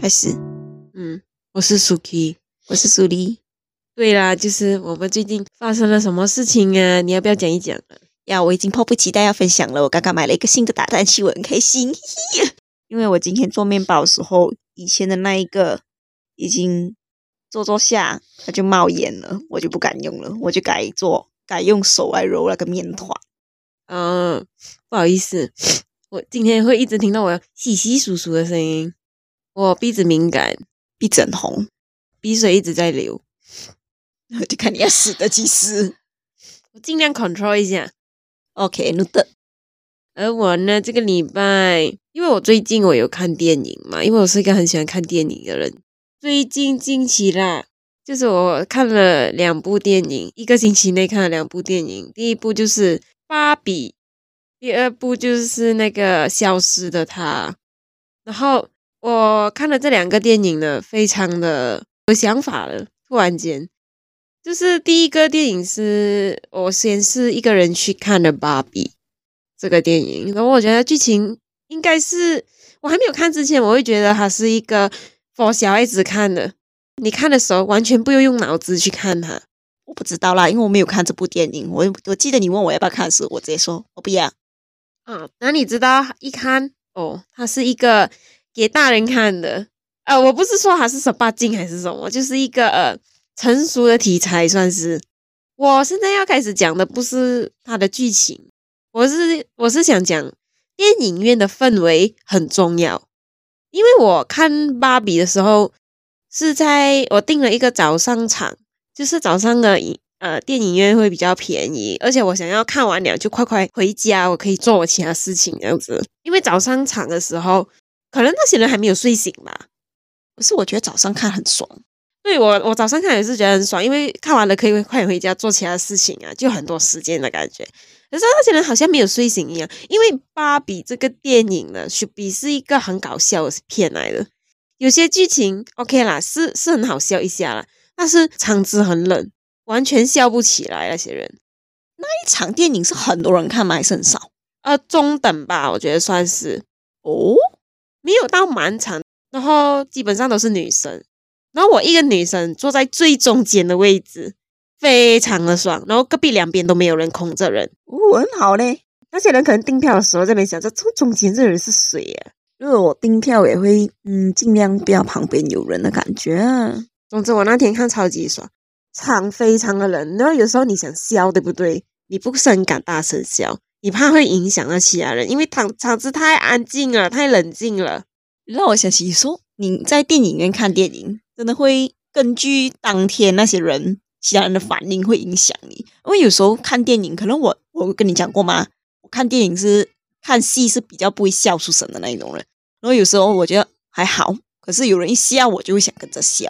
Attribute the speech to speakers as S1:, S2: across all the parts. S1: 开始，
S2: 嗯，我是 Suki。
S1: 我是苏黎。
S2: 对啦，就是我们最近发生了什么事情啊？你要不要讲一讲啊？
S1: 呀，我已经迫不及待要分享了。我刚刚买了一个新的打蛋器，我很开心，嘿嘿因为我今天做面包的时候，以前的那一个已经做做下它就冒烟了，我就不敢用了，我就改做改用手来揉那个面团。
S2: 嗯，不好意思，我今天会一直听到我稀稀疏疏的声音，我鼻子敏感，
S1: 一整红，
S2: 鼻水一直在流，
S1: 就看你要死的技师。
S2: 我尽量 control 一下。
S1: OK，努的，
S2: 而我呢，这个礼拜，因为我最近我有看电影嘛，因为我是一个很喜欢看电影的人。最近近期啦，就是我看了两部电影，一个星期内看了两部电影。第一部就是《芭比》，第二部就是那个《消失的她》。然后我看了这两个电影呢，非常的有想法了，突然间。就是第一个电影是我先是一个人去看的《芭比》这个电影，然后我觉得剧情应该是我还没有看之前，我会觉得它是一个 for 小孩子看的，你看的时候完全不用用脑子去看它。
S1: 我不知道啦，因为我没有看这部电影。我我记得你问我要不要看时，我直接说我不要。
S2: 啊，那你知道一看哦，它是一个给大人看的，呃，我不是说它是十八禁还是什么，就是一个呃成熟的题材算是。我现在要开始讲的不是它的剧情，我是我是想讲电影院的氛围很重要，因为我看芭比的时候是在我订了一个早上场，就是早上的影呃电影院会比较便宜，而且我想要看完了就快快回家，我可以做我其他事情这样子。因为早上场的时候，可能那些人还没有睡醒吧。
S1: 可是我觉得早上看很爽，
S2: 对我，我早上看也是觉得很爽，因为看完了可以快点回家做其他事情啊，就很多时间的感觉。可是那些人好像没有睡醒一样，因为《芭比》这个电影呢，雪比是一个很搞笑的片来的，有些剧情 OK 啦，是是很好笑一下啦，但是场子很冷，完全笑不起来那些人。
S1: 那一场电影是很多人看吗？还是很少？
S2: 呃，中等吧，我觉得算是
S1: 哦，
S2: 没有到满场，然后基本上都是女生，然后我一个女生坐在最中间的位置，非常的爽，然后隔壁两边都没有人空着人，
S1: 哦，很好嘞。
S2: 那些人可能订票的时候在那边想着，中中间这人是谁啊呀、
S1: 如果我订票也会，嗯，尽量不要旁边有人的感觉啊。
S2: 总之，我那天看超级爽，场非常的冷，然后有时候你想笑，对不对？你不是很敢大声笑，你怕会影响到其他人，因为场场子太安静了，太冷静了。
S1: 让我想起说，你在电影院看电影，真的会根据当天那些人、其他人的反应会影响你。因为有时候看电影，可能我我跟你讲过吗？我看电影是看戏是比较不会笑出声的那一种人，然后有时候我觉得还好，可是有人一笑，我就会想跟着笑。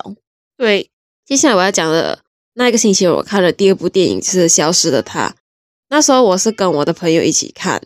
S2: 对，接下来我要讲的那一个星期我看的第二部电影是《消失的她》，那时候我是跟我的朋友一起看，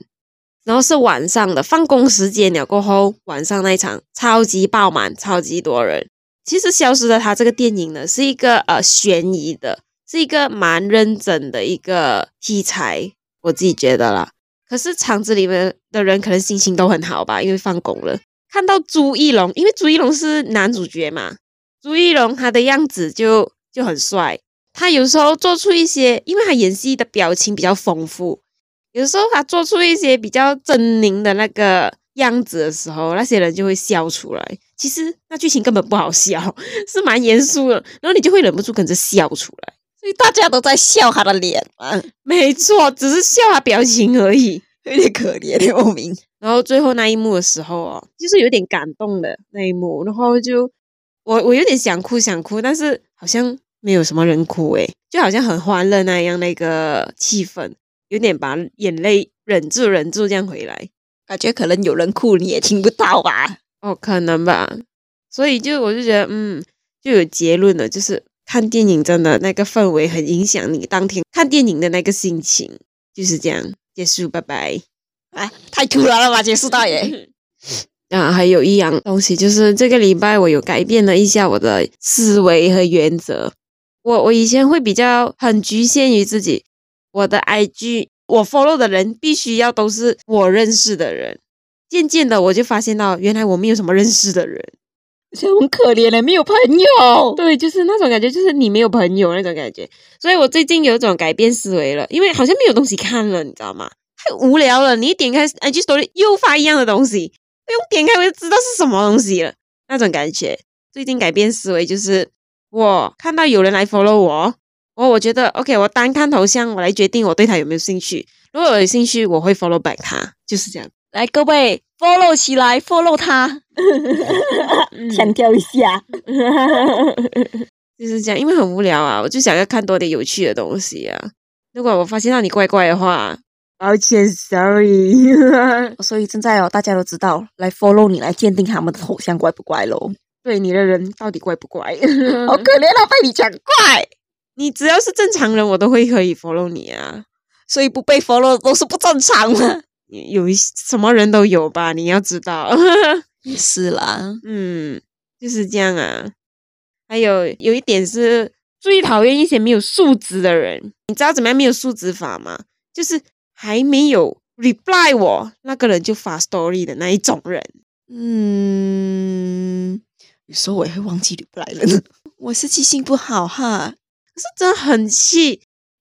S2: 然后是晚上的放工时间了过后，晚上那一场超级爆满，超级多人。其实《消失的她》这个电影呢，是一个呃悬疑的，是一个蛮认真的一个题材，我自己觉得啦。可是场子里面的人可能心情都很好吧，因为放工了。看到朱一龙，因为朱一龙是男主角嘛，朱一龙他的样子就就很帅，他有时候做出一些，因为他演戏的表情比较丰富，有时候他做出一些比较狰狞的那个样子的时候，那些人就会笑出来。其实那剧情根本不好笑，是蛮严肃的，然后你就会忍不住跟着笑出来。
S1: 所以大家都在笑他的脸嘛，
S2: 没错，只是笑他表情而已。
S1: 有点可怜的莫名。
S2: 然后最后那一幕的时候哦，就是有点感动的那一幕，然后就我我有点想哭想哭，但是好像没有什么人哭诶，就好像很欢乐那样那个气氛，有点把眼泪忍住忍住这样回来
S1: 感觉可能有人哭你也听不到吧？
S2: 哦，可能吧，所以就我就觉得嗯，就有结论了，就是看电影真的那个氛围很影响你当天看电影的那个心情，就是这样结束，拜拜。
S1: 哎，太突然了吧，结束大爷。
S2: 啊，还有一样东西就是这个礼拜我有改变了一下我的思维和原则。我我以前会比较很局限于自己，我的 IG 我 follow 的人必须要都是我认识的人。渐渐的我就发现到，原来我没有什么认识的人，
S1: 所以很可怜的，没有朋友。
S2: 对，就是那种感觉，就是你没有朋友那种感觉。所以我最近有一种改变思维了，因为好像没有东西看了，你知道吗？太无聊了，你一点开 IG Story 又发一样的东西，不用点开我就知道是什么东西了，那种感觉。最近改变思维就是，我看到有人来 follow 我，我我觉得 OK，我单看头像，我来决定我对他有没有兴趣。如果我有兴趣，我会 follow back 他，就是这样。
S1: 来，各位 follow 起来，follow 他，
S2: 嗯
S1: 强调一下。
S2: 就是这样，因为很无聊啊，我就想要看多点有趣的东西啊。如果我发现到你怪怪的话，抱歉，sorry。
S1: 所以现在哦，大家都知道，来 follow 你来鉴定他们的头像怪不怪喽。
S2: 对你的人到底怪不怪？
S1: 好可怜啊，被你讲怪，
S2: 你只要是正常人，我都会可以 follow 你啊。
S1: 所以不被 follow 的都是不正常的。
S2: 有一些什么人都有吧，你要知道。
S1: 是啦，
S2: 嗯，就是这样啊。还有有一点是最讨厌一些没有素质的人，你知道怎么样没有素质法吗？就是还没有 reply 我，那个人就发 story 的那一种人。
S1: 嗯，有时候我也会忘记你不来了呢。 我是记性不好哈，
S2: 可是真的很气，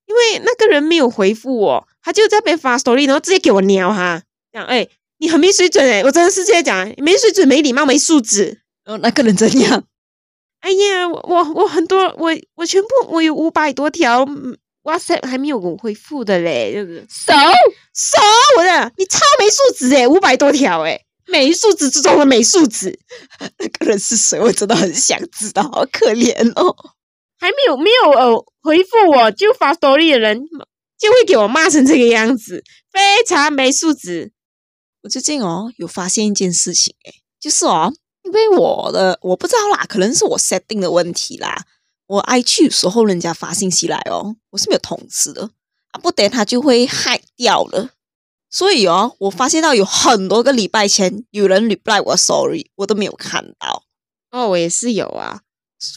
S2: 因为那个人没有回复我，他就在那边发 story，然后直接给我撩他，讲哎、你很没水准哎、我真的是这样讲，没水准、没礼貌、没素质。
S1: 然后那个人怎样？
S2: 哎呀，我我我很多我我全部我有五百多条嗯 WhatsApp 还没有回复的嘞，就是
S1: 手
S2: 手我的，你超没素质哎、五百多条哎、没素质之中的没素质，
S1: 那个人是谁？我真的很想知道，好可怜哦。
S2: 还没有没有呃回复我就发 story 的人，就会给我骂成这个样子，非常没素质。
S1: 我最近哦有发现一件事情，诶，就是哦，因为我的我不知道啦，可能是我 setting 的问题啦。我 IG 有时候人家发信息来哦，我是没有通知的，啊，不等他就会害掉了。所以哦，我发现到有很多个礼拜前有人 reply 我 sorry，我都没有看到。
S2: 哦，我也是有啊，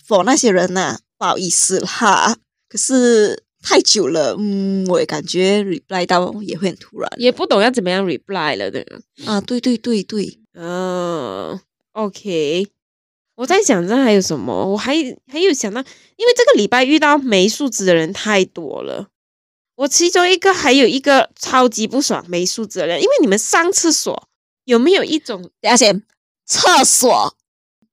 S1: 否那些人呐、不好意思啦。 可是太久了，嗯，我也感觉 reply 到也会很突然
S2: 也不懂要怎么样 reply 了的。
S1: 啊。对对对对，
S2: 嗯，OK，我在想这还有什么？我还还有想到，因为这个礼拜遇到没素质的人太多了。我其中一个还有一个超级不爽没素质的人，因为你们上厕所有没有一种
S1: 而且厕所，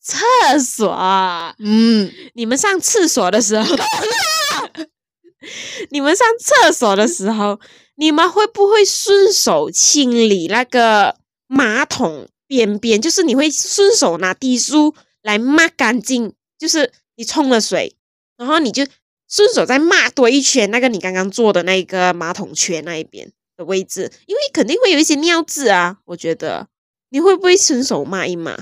S2: 厕所啊？
S1: 嗯，
S2: 你们上厕所的时候， 你们上厕所的时候，你们会不会顺手清理那个马桶边边？就是你会顺手拿滴梳来抹干净，就是你冲了水，然后你就顺手再抹多一圈那个你刚刚做的那个马桶圈那一边的位置，因为肯定会有一些尿渍啊。我觉得你会不会顺手抹一抹？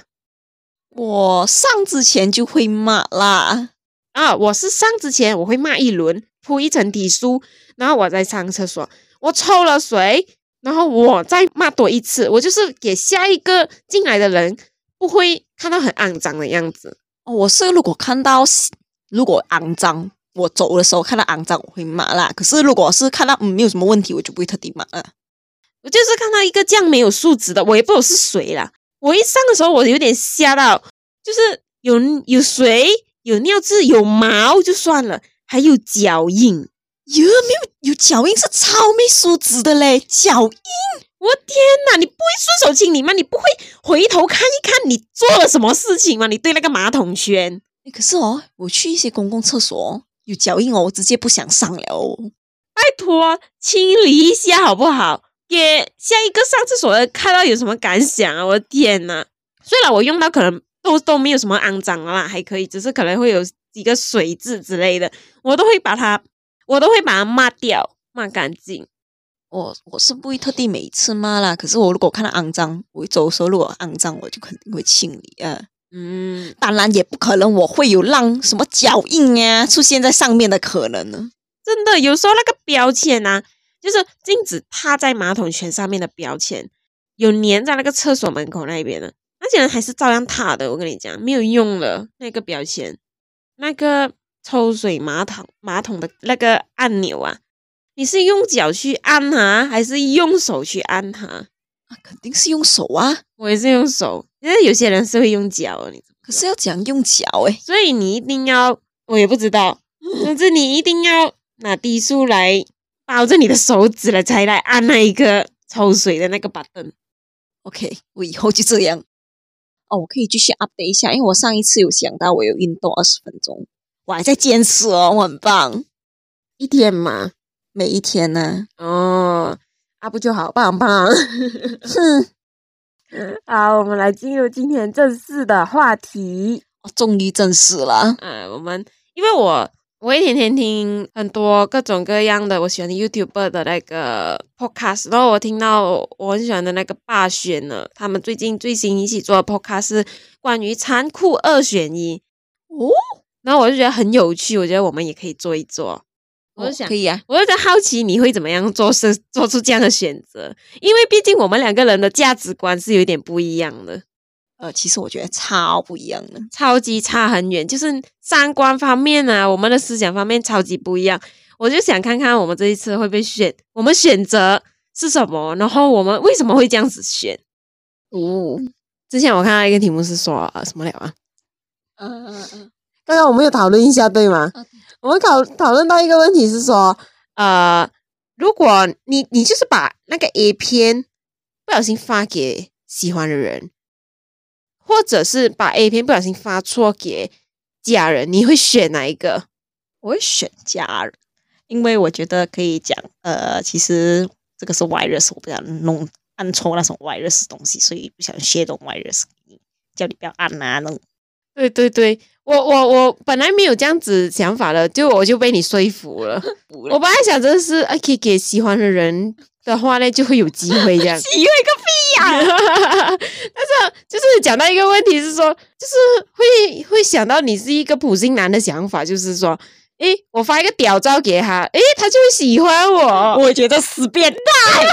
S1: 我上之前就会骂啦。
S2: 啊，我是上之前我会骂一轮，铺一层底书，然后我再上厕所，我抽了水，然后我再骂多一次，我就是给下一个进来的人不会看到很肮脏的样子。
S1: 哦我是如果看到如果肮脏。我走的时候看到肮脏我会骂啦，可是如果是看到嗯没有什么问题，我就不会特地骂了。
S2: 我就是看到一个这样没有素质的，我也不知道是谁啦。我一上的时候，我有点吓到，就是有有水、有尿渍、有毛就算了，还有脚印。
S1: 有没有有脚印是超没素质的嘞，脚
S2: 我天哪！你不会顺手清理吗？你不会回头看一看你做了什么事情吗？你对那个马桶圈，
S1: 欸可是哦，我去一些公共厕所哦有脚印哦，我直接不想上了哦。
S2: 拜托清理一下好不好？给下一个上厕所的看到有什么感想啊？我的天哪！虽然我用到可能都都没有什么肮脏啦，还可以，只是可能会有几个水渍之类的，我都会把它，我都会把它抹掉，抹干净。
S1: 我我是不会特地每一次骂啦，可是我如果看到肮脏，我走的时候如果肮脏，我就肯定会清理啊。
S2: 嗯，
S1: 当然也不可能我会有让什么脚印啊出现在上面的可能呢。
S2: 真的，有时候那个标签啊，就是禁止踏在马桶圈上面的标签，有粘在那个厕所门口那边的，那些人还是照样踏的。我跟你讲，没有用了那个标签，那个抽水马桶马桶的那个按钮啊，你是用脚去按它，还是用手去按它？
S1: 啊，肯定是用手啊，
S2: 我也是用手，因为有些人是会用脚的，你知道吗
S1: 可是要怎样用脚欸诶、
S2: 所以你一定要，我也不知 道，总之你一定要拿滴数来包着你的手指了，才来按那一个抽水的那个 button。
S1: OK，我以后就这样。哦，我可以继续 update 一下，因为我上一次有想到我有运动二十分钟，我还在坚持哦，我很棒，
S2: 一天嘛，
S1: 每一天呢、
S2: 哦，啊不就好，棒 棒。
S1: 哼，
S2: 好，我们来进入今天正式的话题。
S1: 我哦终于正式了。
S2: 呃，我们因为我我会天天听很多各种各样的我喜欢的 YouTuber 的那个 podcast，然后我听到我很喜欢的那个霸轩呢，他们最近最新一起做的 podcast 是关于残酷二选一，
S1: 哦，
S2: 然后我就觉得很有趣，我觉得我们也可以做一做。我就想
S1: 可，以啊，
S2: 我就在好奇你会怎么样做是做出这样的选择，因为毕竟我们两个人的价值观是有一点不一样的。
S1: 呃，其实我觉得超不一样的。
S2: 超级差很远，就是三观方面啊，我们的思想方面超级不一样。我就想看看我们这一次会被选，我们选择是什么，然后我们为什么会这样子选。
S1: 哦，
S2: 之前我看到一个题目是说、呃、什么了啊？
S1: 嗯嗯嗯，
S2: 刚刚我们有讨论一下对吗
S1: 啊对
S2: 我们讨讨论到一个问题是说，呃，如果你你就是把那个 A 片不小心发给喜欢的人，或者是把 A 片不小心发错给家人，你会选哪一个？
S1: 我会选家人，因为我觉得可以讲，呃，其实这个是 virus，我不想弄按错那种 virus 东西，所以不想泄露 virus 给你，叫你不要按啊那种。
S2: 对对对，我我我本来没有这样子想法的，就我就被你说服 了。
S1: 不
S2: 我本来想着是啊，可以给喜欢的人的话呢，就会有机会这样。
S1: 喜悦个屁！
S2: 但是就是讲到一个问题是说，就是会会想到你是一个普信男的想法，就是说，诶，我发一个屌照给他，诶，他就会喜欢我。
S1: 哦 我觉得死变态。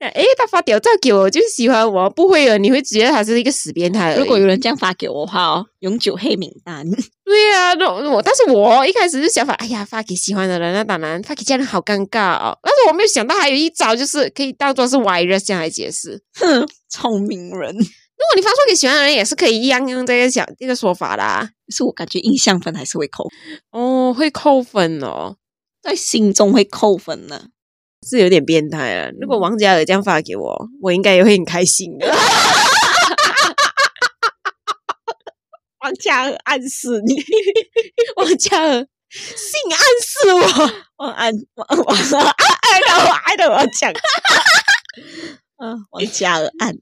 S2: 诶，他发屌照给我，就喜欢我，不会哦了，你会觉得他是一个死变态而已。
S1: 如果有人这样发给我的话哦，永久黑名单。
S2: 对呀、那我但是我一开始是想法，哎呀，发给喜欢的人，那当然发给家人好尴尬哦。但是我没有想到还有一招，就是可以当做是 virus 这样来解释。如
S1: 哼，聪明人。
S2: 果你发错给喜欢的人，也是可以一样用这个想这个说法啦、
S1: 可是我感觉印象分还是会扣，
S2: 哦，会扣分哦，
S1: 在心中会扣分呢。
S2: 是有点变态啊。如果王嘉尔这样发给我，我应该也会很开心的。
S1: 王嘉尔暗示你，
S2: 王嘉尔 性暗示我。
S1: 王 安，王王安，爱的我爱的我讲，嗯，王嘉尔 暗，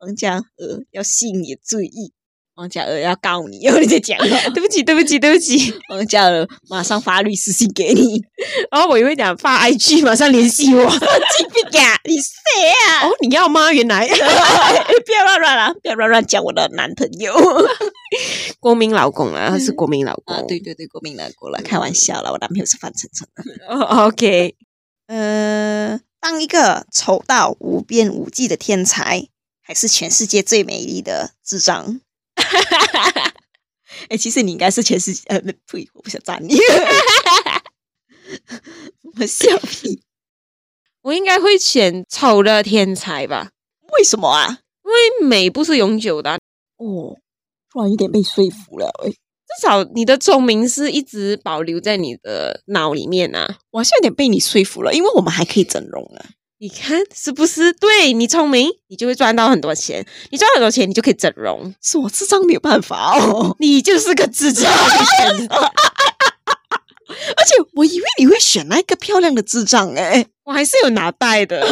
S1: 王嘉尔要吸引你的注意，王嘉尔要告你， 然后你再讲哦，
S2: 对不起，对不起，对不起。
S1: 王嘉尔马上发律师信给你，
S2: 然后我也会讲发 IG，马上联系我。哦，
S1: 你不呀，你谁啊？
S2: 你要吗？原来
S1: 不要乱乱啊！不要乱乱讲我的男朋友
S2: 国民老公啊，他是国民老公。
S1: 啊！对对对，国民来过了，开玩笑啦，我男朋友是范丞丞。
S2: 哦，OK，
S1: 呃，当一个丑到无边无际的天才，还是全世界最美丽的智 障？哎、其实你应该是全世界……呃，不呸，我不想赞你。 我笑屁！
S2: 我应该会选丑的天才吧，
S1: 为什么啊？
S2: 因为美不是永久的啊、
S1: 哦，突然有点被说服了。哎，
S2: 至少你的聪明是一直保留在你的脑里面啊。
S1: 我好像有点被你说服了，因为我们还可以整容啊。
S2: 你看是不是？对你聪明，你就会赚到很多钱，你赚很多钱，你就可以整容，
S1: 是我智障没有办法哦。
S2: 你就是个智障。
S1: 而且我以为你会选那个漂亮的智障哎、
S2: 我还是有脑袋的，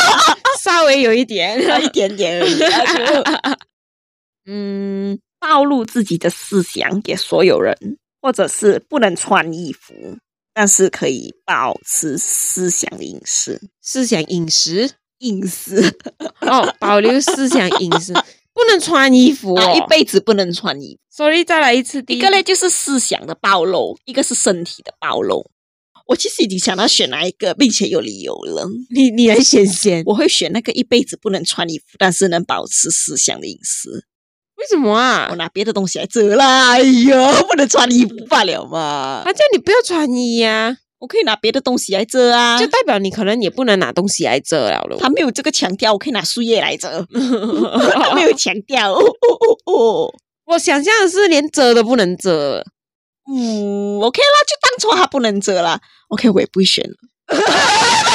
S2: 稍微有一点。
S1: 差 一点点而已、啊 嗯，暴露自己的思想给所有人，或者是不能穿衣服，但是可以保持思想隐私。
S2: 思想饮食
S1: 隐私
S2: 哦，保留思想饮食，不能穿衣服、哦
S1: 啊，一辈子不能穿衣服。
S2: Sorry，再来一次。第
S1: 一个嘞就是思想的暴露，一个是身体的暴露。我其实已经想到选哪一个，并且有理由了。
S2: 你你来选先。
S1: 我会选那个一辈子不能穿衣服，但是能保持思想的隐私。
S2: 为什么啊
S1: 我？拿别的啊东西来遮啦。哎呀，不能穿衣服罢了嘛
S2: 啊他。叫你不要穿衣呀、
S1: 我我可以拿别的东西来遮啊，
S2: 就代表你可能也不能拿东西来遮了咯。
S1: 他没有这个强调，我可以拿树叶来 遮，他没有强调。 哦哦哦哦，
S2: 我想象的是连遮都不能遮，
S1: 嗯，OK 啦，就当做他不能遮啦。OK，我也不会选了。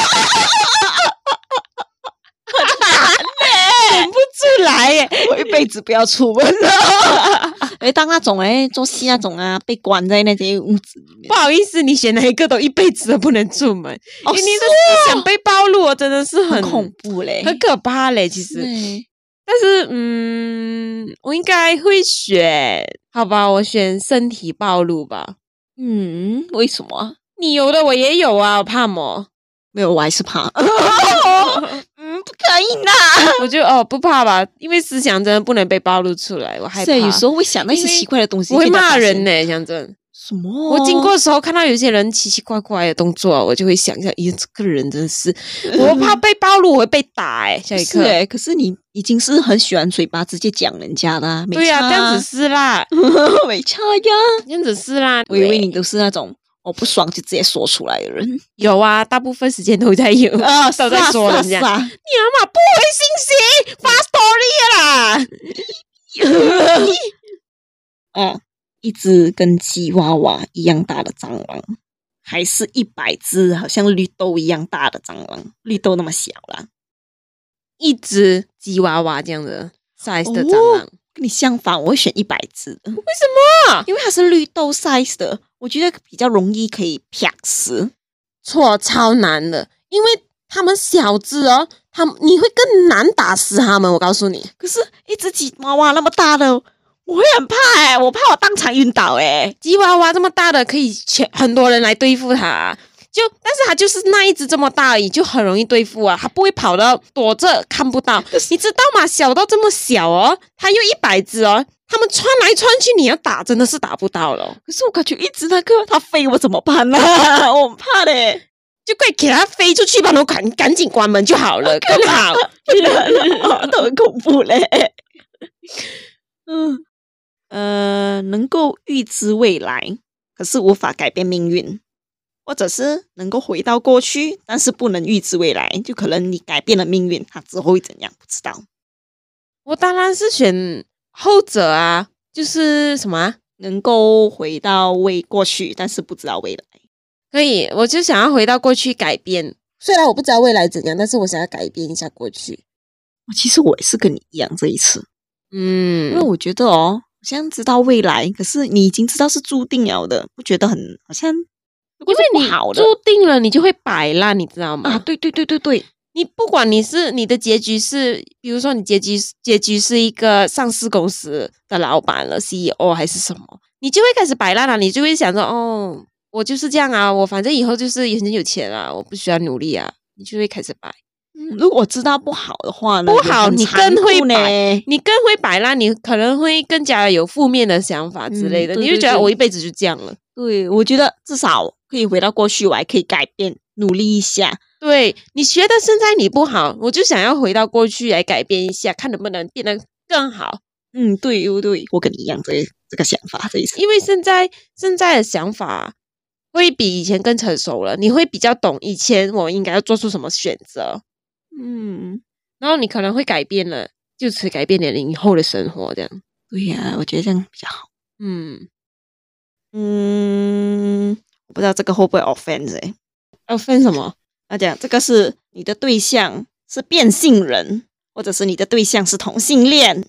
S2: 忍不住来耶！
S1: 我一辈子不要出门 了。哎，当那种哎做戏那种啊，被关在那些屋子里面
S2: 不，好意思，你选了一个都一辈子都不能出门，
S1: 哦
S2: 你
S1: 是
S2: 的思想被暴露，我真的是
S1: 很
S2: 很
S1: 恐欸嗯怖嘞。
S2: 很可怕嘞。其实，
S1: 对
S2: 但是嗯，我应该会选，好吧，我选身体暴露吧。
S1: 嗯，为什么啊？
S2: 你有的我也有啊，我怕么？
S1: 没有，我还是怕。嗯，不可以啦。
S2: 我就哦不怕吧，因为思想真的不能被暴露出来，我害怕。
S1: 所以有时候会想那
S2: 因
S1: 些
S2: 为
S1: 奇怪的东西，
S2: 我会
S1: 被大家
S2: 骂
S1: 发
S2: 人
S1: 现
S2: 呢、讲真。
S1: 什么？
S2: 我经过的时候看到有些人奇奇怪怪的动作啊，我就会想一下，咦，这个人真 是，我怕被暴露，我会被打哎、下一
S1: 是
S2: 课。
S1: 哎、可是你已经是很喜欢嘴巴直接讲人家啦、没
S2: 对呀、
S1: 差
S2: 这 样子是 啦，
S1: 子没差呀。
S2: 这样子是啦。
S1: 我以为你都是那种我不爽就直接说出来的 人
S2: 有啊，大部分时间都在有，
S1: 啊，
S2: 都在说人家。
S1: 是啊是啊
S2: 你阿妈不回信息，发 story
S1: 哦，一只跟吉娃娃一样大的蟑螂，还是一百只好像绿豆一样大的蟑螂？绿豆那么小啦，
S2: 一只吉娃娃这样的 size 的
S1: 哦
S2: 蟑螂，
S1: 跟你相反，我会选一百只的，
S2: 为什么？
S1: 因为它是绿豆 size 的，我觉得比较容易可以啪死。
S2: 错，超难的，因为他们小只哦，他们你会更难打死他们。我告诉你，
S1: 可是，一只吉娃娃那么大的，我会很怕哎、我怕我当场晕倒哎、
S2: 吉娃娃这么大的，可以全很多人来对付它。就，但是它就是那一只这么大而已，就很容易对付啊。它不会跑到躲着看不到，你知道吗？小到这么小哦，它又一百只哦，它们穿来穿去，你要打真的是打不到了哦，
S1: 可是我感觉一直那个它飞，我怎么办呢、啊 我很怕嘞、
S2: 就快给它飞出去吧，我赶赶紧关门就好 了，更好。
S1: 哦都很恐怖嘞。 嗯呃，能够预知未来，可是无法改变命运，或者是能够回到过去，但是不能预知未来，就可能你改变了命运，它之后会怎样不知道。
S2: 我当然是选后者啊，就是什么啊、
S1: 能够回到未过去，但是不知道未来。
S2: 可以，我就想要回到过去改变。虽然我不知道未来怎样，但是我想要改变一下过去。
S1: 其实我也是跟你一样这一次，因为
S2: 嗯，
S1: 我觉得哦，好像知道未来，可是你已经知道是注定了的，不觉得很好像如果是不
S2: 因为你
S1: 好的
S2: 注定了，你就会摆烂，你知道吗？
S1: 啊？对对对对对，
S2: 你不管你是你的结局是，比如说你结局结局是一个上市公司的老板了，CEO 还是什么，你就会开始摆烂了、你就会想说，哦，我就是这样啊，我反正以后就是很有钱啊，我不需要努力啊，你就会开始摆。
S1: 嗯如果知道不好的话呢，
S2: 不
S1: 也
S2: 好
S1: 很
S2: 你
S1: 残
S2: 更会
S1: 酷呢。
S2: 你更会摆烂，你可能会更加有负面的想法之类的，
S1: 嗯对
S2: 你就觉得
S1: 对对
S2: 我一辈子就这样了。
S1: 对，我觉得至少可以回到过去，我还可以改变，努力一下。
S2: 对你觉得现在你不好，我就想要回到过去来改变一下，看能不能变得更好。
S1: 嗯，对对对，我跟你一样这这个想法，这一次。
S2: 因为现在现在的想法会比以前更成熟了，你会比较懂以前我应该要做出什么选择，
S1: 嗯，
S2: 然后你可能会改变了，就此改变了你以后的生活，这样。
S1: 对呀、我觉得这样比较好。
S2: 嗯
S1: 嗯，我不知道这个会不会 offend 哎、
S2: 要分什么？
S1: 他讲这个是你的对象是变性人，或者是你的对象是同性恋。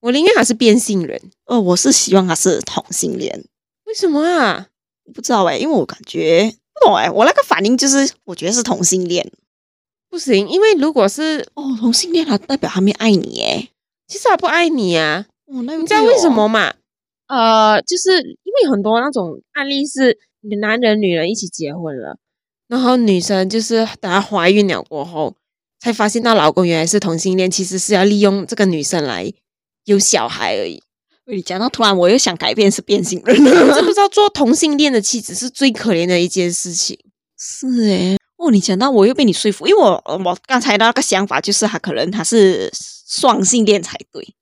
S2: 我宁愿还是变性人，
S1: 呃，我是希望他是同性恋。
S2: 为什么啊？
S1: 不知道哎、因为我感觉不懂哎、我那个反应就是我觉得是同性恋
S2: 不行，因为如果是
S1: 哦，同性恋他代表他没爱你哎、
S2: 其实他不爱你啊，
S1: 哦，那
S2: 你知道为什么？吗？呃，就是因为很多那种案例是男人女人一起结婚了，然后女生就是等她怀孕了过后，才发现到老公原来是同性恋，其实是要利用这个女生来有小孩而已。
S1: 你讲到突然，我又想改变是变性人
S2: 你知
S1: 了。
S2: 不知道做同性恋的妻子是最可怜的一件事情？
S1: 是哎、哦，你讲到我又被你说服，因为我呃我刚才那个想法就是他可能他是双性恋才对。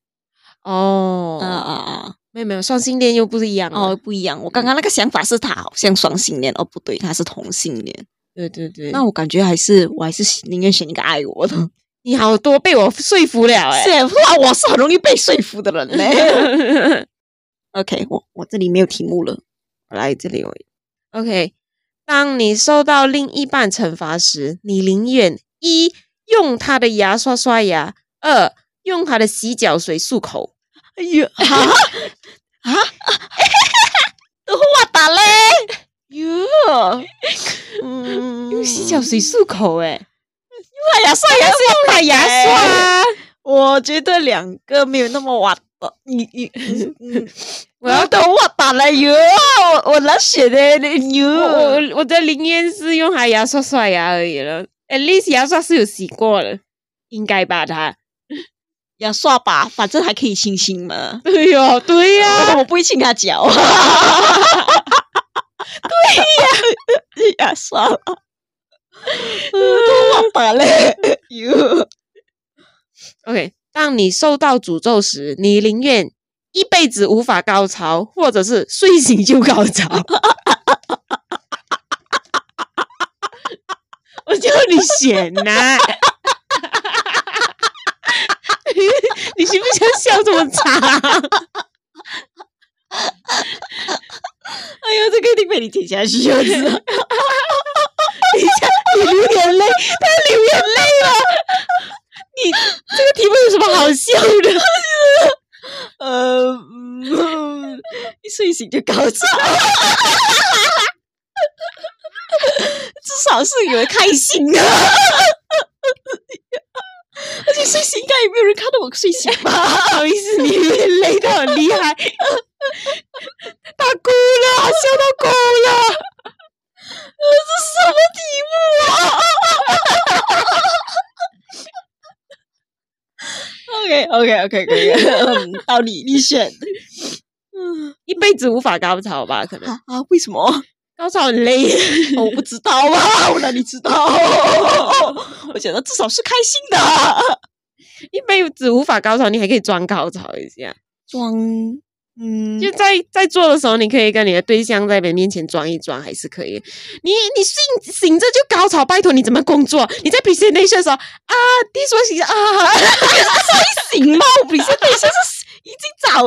S2: 哦
S1: 啊啊啊！
S2: 没没有没有，双性恋又不一样
S1: 哦，
S2: 哦。
S1: 不一样。我刚刚那个想法是他好像双性恋，哦不对，他是同性恋。
S2: 对对对，
S1: 那我感觉还是我还是宁愿选一个爱我的。
S2: 你好多被我说服了哎、
S1: 是啊哇，我是很容易被说服的人嘞。OK，我我这里没有题目了，我来这里我哦
S2: OK，当你受到另一半惩罚时，你宁愿一用他的牙刷刷牙，二用他的洗脚水漱口。
S1: 哎呀啊 啊！都我打嘞，哟，
S2: 嗯，
S1: 用洗脚水
S2: 漱口哎、
S1: 刷牙刷牙是用
S2: 大牙刷 啊、
S1: 我觉得两个没有那么晚的，你 你，嗯
S2: 我要
S1: 等我打了哟，我我冷血的哟，
S2: 我我我的宁愿是用他牙刷刷牙而已了。at least 牙刷是有洗过的，应该吧？他，
S1: 要刷吧，反正还可以清新 嘛。
S2: 对哟、对呀、
S1: 我不会亲他 脚，对呀，呀刷 了，都我打嘞哟，
S2: OK，当你受到诅咒时，你宁愿一辈子无法高潮，或者是睡醒就高潮。我叫你选呐、你你是不是想笑这么长？
S1: 哎呦，这个一定被你剪下去，我知道。
S2: 你流眼泪，他流眼泪了。 你这个题目有什么好笑的？
S1: 呃，嗯一睡醒就高潮， 至少是有人开心啊！而且睡醒应该也没有人看到我睡醒吧？
S2: 不好意思，你累到很厉害，他哭了，他笑到哭了。
S1: 这 什么 啊题目啊？OK OK OK 可以，嗯到你你选
S2: 一辈子无法高潮吧？可能
S1: 啊啊？为什么？
S2: 高潮很累。
S1: 哦我不知道啊，我哪里知道？ 我觉得至少是开心的啊、
S2: 一辈子无法高潮，你还可以装高潮一下，
S1: 装，嗯，
S2: 就在在做的时候，你可以跟你的对象在你面前装一装，还是可以。你你醒醒着就高潮，拜托你怎么工作？你在 presentation 的时候啊，this was is- 啊，
S1: 醒吗？我不是对象是已经早哦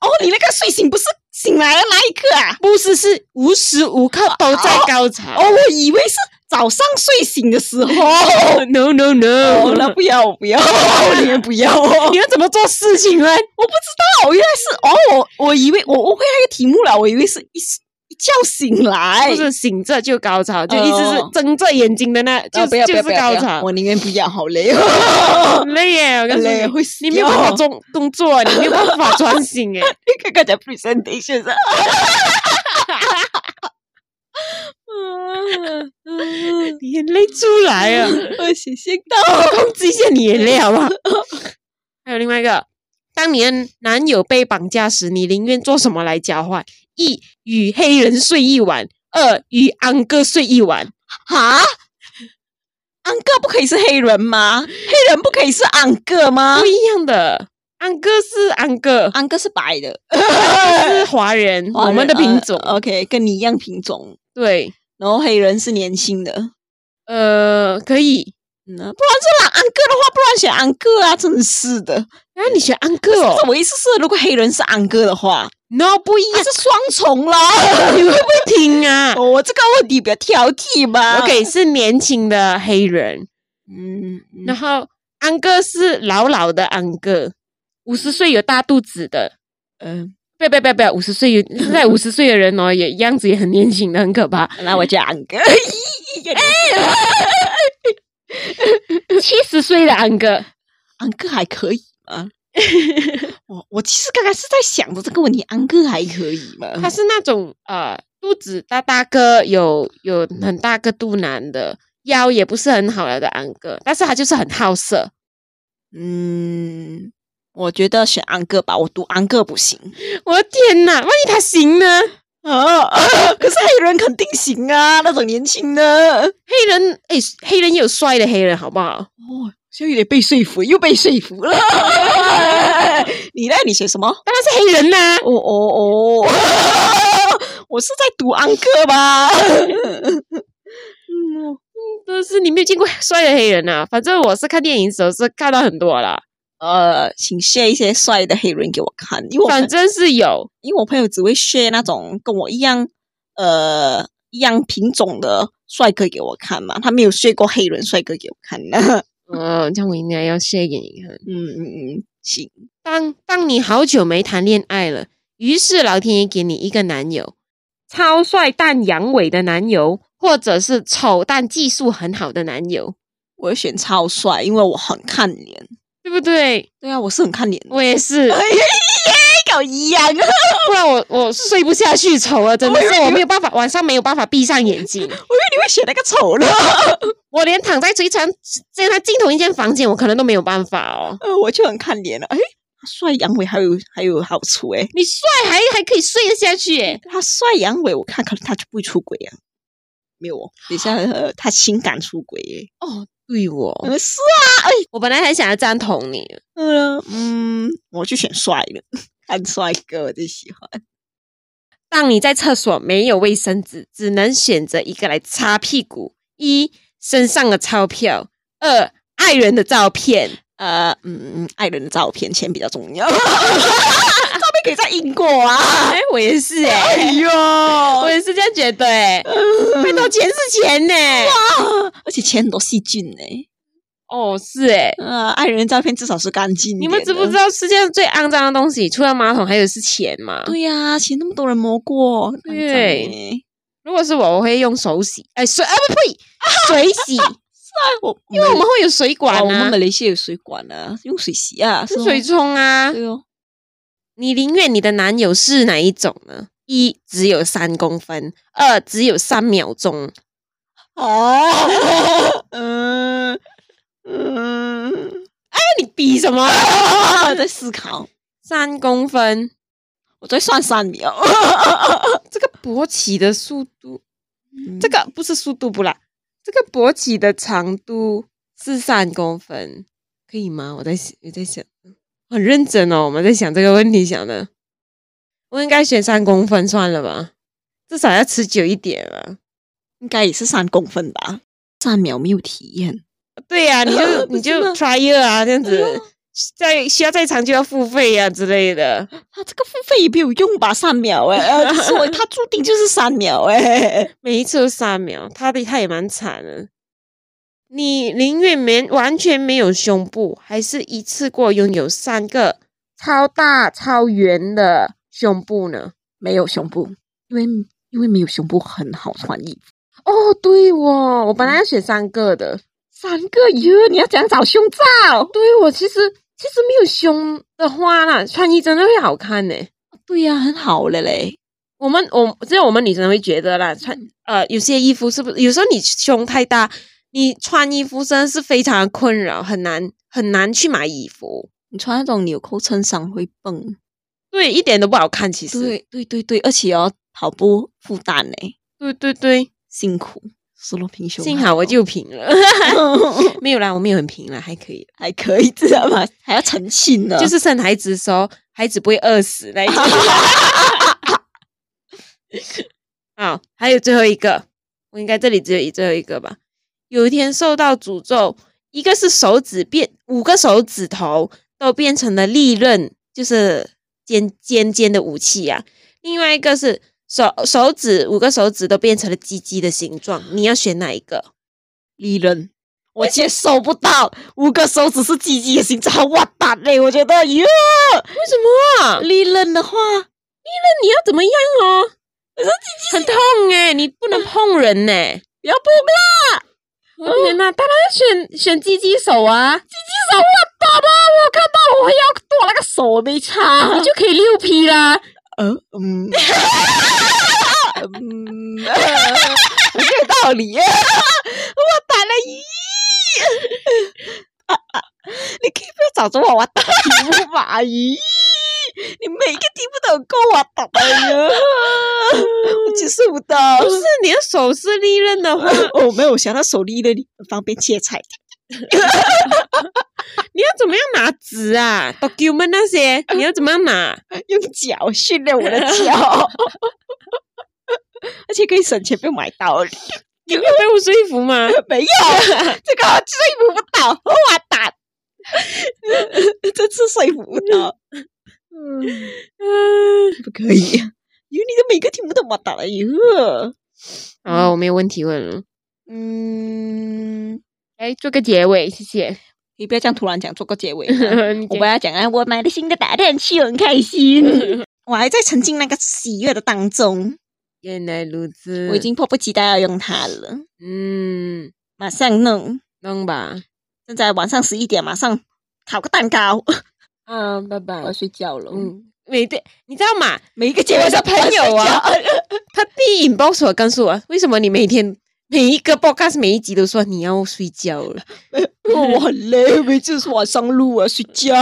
S1: 哦，你那个睡醒不是醒来的那一刻啊？
S2: 不是是无时无刻都在高潮。
S1: 哦，我以为是早上睡醒的时候。
S2: no no no，、
S1: 哦，那不要，我不要，我宁愿不要哦。
S2: 你要怎么做事情呢？
S1: 我不知道，原来是哦，我我以为我误会那个题目了，我以为是一一觉醒来，
S2: 不是醒着就高潮，就
S1: 哦
S2: 一直是睁着眼睛的那，就
S1: 哦不要
S2: 是
S1: 不
S2: 就
S1: 要
S2: 是
S1: 不要
S2: 高
S1: 不要
S2: 潮
S1: 我，宁愿不要，好累哦，
S2: 很累耶！我
S1: 很
S2: 跟
S1: 累
S2: 你
S1: 会哦死
S2: 你没有办法
S1: 掉
S2: 动动作，你没有办法专心哎。
S1: 看看在 presentation 上。哎
S2: 你眼泪出来啊！
S1: 哎我写信到。
S2: 控制一下你眼泪好不好？ 还有另外一个，当你的男友被绑架时，你宁愿做什么来交换？一与黑人睡一晚，二与安哥睡一晚。
S1: 哈？安哥不可以是黑人吗？黑人不可以是安哥吗
S2: 不？一样的，安哥是安 哥，
S1: 安哥是白的，
S2: 安哥是华人，啊我们的品种。
S1: 呃 OK，跟你一样品种。
S2: 对，
S1: 然后黑人是年轻的，嗯，
S2: 呃，可以。
S1: 不然就让安哥的话，不然选安哥啊，真是的。
S2: 啊，你选安哥
S1: 这
S2: 哦
S1: 我意思是，如果黑人是安哥的话，
S2: ？No，不一
S1: 那是双重啦。
S2: 样， 你会不会听 啊
S1: 哦我这个问题比较挑剔吧。
S2: ？OK，是年轻的黑人，
S1: 嗯，嗯
S2: 然后安哥是老老的安哥，五十岁有大肚子的，
S1: 嗯，
S2: 不要不要不要不要，五十岁有现在五十岁的人哦，也样子也很年轻的，很可怕。
S1: 那我叫安 哥。
S2: 七十岁的安哥，
S1: 安哥还可以 吗？我我其实刚刚是在想着这个问题，安哥还可以吗？
S2: 他是那种呃肚子大大个，有有很大个肚腩的，腰也不是很好了的安哥，但是他就是很好色。
S1: 嗯，我觉得选安哥吧，我读安哥不行
S2: 我的天哪，万一他行呢？
S1: 啊 可是黑人肯定行啊，那种年轻的。哦，
S2: 黑人哎，黑人也有帅的黑人，好不好？
S1: 现在有点被说服，又被说服了。 你呢？你写什么？
S2: 当然是黑人呐、
S1: 哦哦哦， 我是在读安哥吧？ 嗯，
S2: 但是你没有见过帅的黑人呐、反正我是看电影的时候是看到很多啦，
S1: 呃，请 share 一些帅的黑人给我看，因为我
S2: 反
S1: 朋
S2: 正是有。
S1: 因为我朋友只会 share 那种跟我一样呃一样品种的帅哥给我看嘛，他没有 share 过黑人帅哥给我看 呢。
S2: 呃，这样我应该要 share 给你看。
S1: 嗯嗯嗯，行，
S2: 当当你好久没谈恋爱了，于是老天爷给你一个男友，超帅但阳痿的男友，或者是丑但技术很好的男友，
S1: 我会选超帅，因为我很看脸。
S2: 对不对？
S1: 对啊，我是很看脸的。
S2: 我也 是，
S1: 搞一 样啊！
S2: 不然我我睡不下去，丑了，真的是 我没有办法，晚上没有办法闭上眼 睛，
S1: 我以为你会选那个丑的。
S2: 我连躺在垂床在他尽同一间房间，我可能都没有办法哦。
S1: 呃，我就很看脸了。哎，他帅阳痿还有还有好处哎，
S2: 你帅还还可以睡得下去诶，
S1: 他帅阳痿，我看可能他就不会出轨啊。没有哦，等一下、呃、他情感出轨耶。
S2: 哦，对我，
S1: 嗯，是啊，
S2: 我本来还想要赞同你，
S1: 呃嗯，我就选帅的，看帅哥我最喜欢。
S2: 当你在厕所没有卫生纸，只能选择一个来擦屁股：一身上的钞票，二爱人的照片。
S1: 呃，嗯，嗯，爱人的照片钱比较重要，照 片可以在英国 啊。
S2: 哎，我也是哎、
S1: 哎呦，
S2: 我也是这样觉得哎、拜托，钱是钱呢、
S1: 哇！啊而且钱很多细菌呢、
S2: 哦，是哎、
S1: 呃，爱人的照片至少是干净一
S2: 你
S1: 点的。
S2: 们知不知道世界上最肮脏的东西，除了马桶，还有是钱嘛？
S1: 对呀、钱那么多人摸过，肮脏
S2: 对
S1: 欸
S2: 如果是我，我会用手洗，哎，水啊不呸，水洗，
S1: 哎，我
S2: 因为我们会有水管
S1: 哦我
S2: 啊
S1: 们，马来西亚有水管啊，用水洗啊，是
S2: 是
S1: 哦
S2: 水冲啊。
S1: 对哦，
S2: 你宁愿你的男友是哪一种呢？一只有三公分，二只有三秒钟。
S1: 哦，嗯嗯，
S2: 那哎你比什么？
S1: 啊，在思考，
S2: 三公分，
S1: 我在算三秒，
S2: 这个勃起的速度，
S1: 这
S2: 这
S1: 个
S2: 个不是速度不啦，这个勃起的长度是三公分，可以吗？我在想我在想，很认真哦，我们在想这个问题，想的，我应该选三公分算了吧，至少要持久一点啊。
S1: 应该也是三公分吧，三秒没有体验，
S2: 对 呀、你就
S1: 不
S2: 你就是
S1: 吗
S2: try 啊，这样
S1: 哎
S2: 子
S1: 呦，
S2: 再需要再长就要付费呀、啊、之类的。
S1: 他啊这个付费也没有用吧，三秒 哎、呃，就是我他注定就是三秒哎、
S2: 每一次都三秒，他的他也蛮惨的。你宁愿没完全没有胸部，还是一次过拥有三个超大超圆的胸部呢？
S1: 没有胸部，因为因为没有胸部很好穿衣服。
S2: 哦，对哦，我本来要选三个的。
S1: 三个月，你要怎样找胸罩？
S2: 对我其实其实没有胸的话啦，穿衣真的会好看呢。
S1: 对呀、很好了嘞。
S2: 我们我只有我们女生会觉得啦，穿呃有些衣服是不是有时候你胸太大，你穿衣服真的是非常的困扰，很难很难去买衣服，
S1: 你穿那种纽扣衬衫会蹦。
S2: 对，一点都不好看。其实，
S1: 对对对对，而且要跑步负担嘞，
S2: 对对对，
S1: 辛苦。斯洛平胸，
S2: 幸 好我就平了， 没有啦，我没有很平啦，还可以，
S1: 还可以，知道吗？ 还要澄清呢，
S2: 就是生孩子的时候，孩子不会饿死那一种。 好，还有最后一个，我应该这里只有一最后一个吧。有一天受到诅咒，一个是手指变五个手指头都变成了利刃，就是尖尖尖的武器啊；另外一个是手手指五个手指都变成了鸡鸡的形状，你要选哪一个？
S1: 利刃。我接受不到五个手指是鸡鸡的形状，哇打嘞！我觉得哟，
S2: 为什么啊、
S1: 利刃的话，
S2: 你要怎么样哦？很痛哎、你不能碰人呢、
S1: 不要碰啦，
S2: 我天哪，当然要选选鸡鸡手啊，
S1: 至少我打吧，我看到我要剁那个手没差，
S2: 你就可以六 P 啦。
S1: 呃， 嗯，嗯，呃很有道理。啊我打了一，啊你可以不要找着我，我打题目吧，阿姨。你每个题目都有够我打 的，我接受不到。
S2: 不是你的手是利刃的话，
S1: 哦我没有想到手利的，很方便切菜。
S2: 你要怎么样拿纸啊？document 那些你要怎么样 拿？
S1: 用脚训练我的脚， 而且可以省钱，不用买刀。
S2: 你没有被我说服吗？
S1: 没有，这个我说服不到，我打， 这次说服不到， 嗯，
S2: 嗯，
S1: 不可以， 因为你的每个题目都我打了一个，
S2: 好，我没有问题问了。
S1: 嗯，
S2: 哎，做个结尾，谢 谢。。
S1: 你不要这样突然讲，做个结尾
S2: 你
S1: 我
S2: 讲
S1: 们要讲啊，我买了新的打蛋器，我很开 心。我还在沉浸那个喜悦的当中，
S2: 原来如此，
S1: 我已经迫不及待要用它了，
S2: 嗯，
S1: 马上弄。
S2: 弄吧。
S1: 现在晚上十一点，马上烤个蛋糕。
S2: 啊，拜拜
S1: 我要睡觉了。
S2: 嗯，每对，你知道吗？
S1: 每一个结尾
S2: 我的朋友 啊，他第一 inbox 我告诉我，为什么你每天每一个 podcast 每一集都说你要睡觉 了？
S1: 我很累，每次是晚上录啊，睡觉。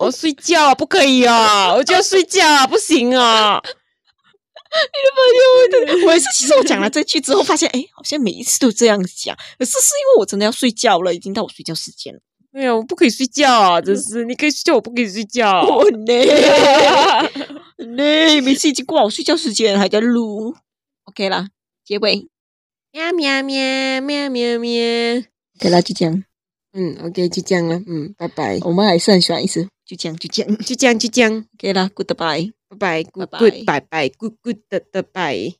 S2: 我睡觉不可以 哦，我就要睡觉啊，不行哦。
S1: 我也是，其实我讲了这句之后，发现哎，好像每一次都这样讲。可是是因为我真的要睡觉了，已经到我睡觉时 间了，
S2: 哎呀，我不可以睡觉啊！真是，你可以睡觉，我不可以睡觉。
S1: 我很哦累，很累。每次已经过了我睡觉时间，还在录。OK 啦，结尾
S2: 喵喵喵喵喵喵。
S1: OK 啦，就这样。
S2: 嗯，OK，就这样了。嗯，拜拜，
S1: 我们还是很喜欢意思，就这样，就这样。
S2: 就这样，就这样，
S1: OK 啦，Goodbye。
S2: 拜拜，good
S1: 拜
S2: good，
S1: 拜
S2: 拜拜，good good 的的拜。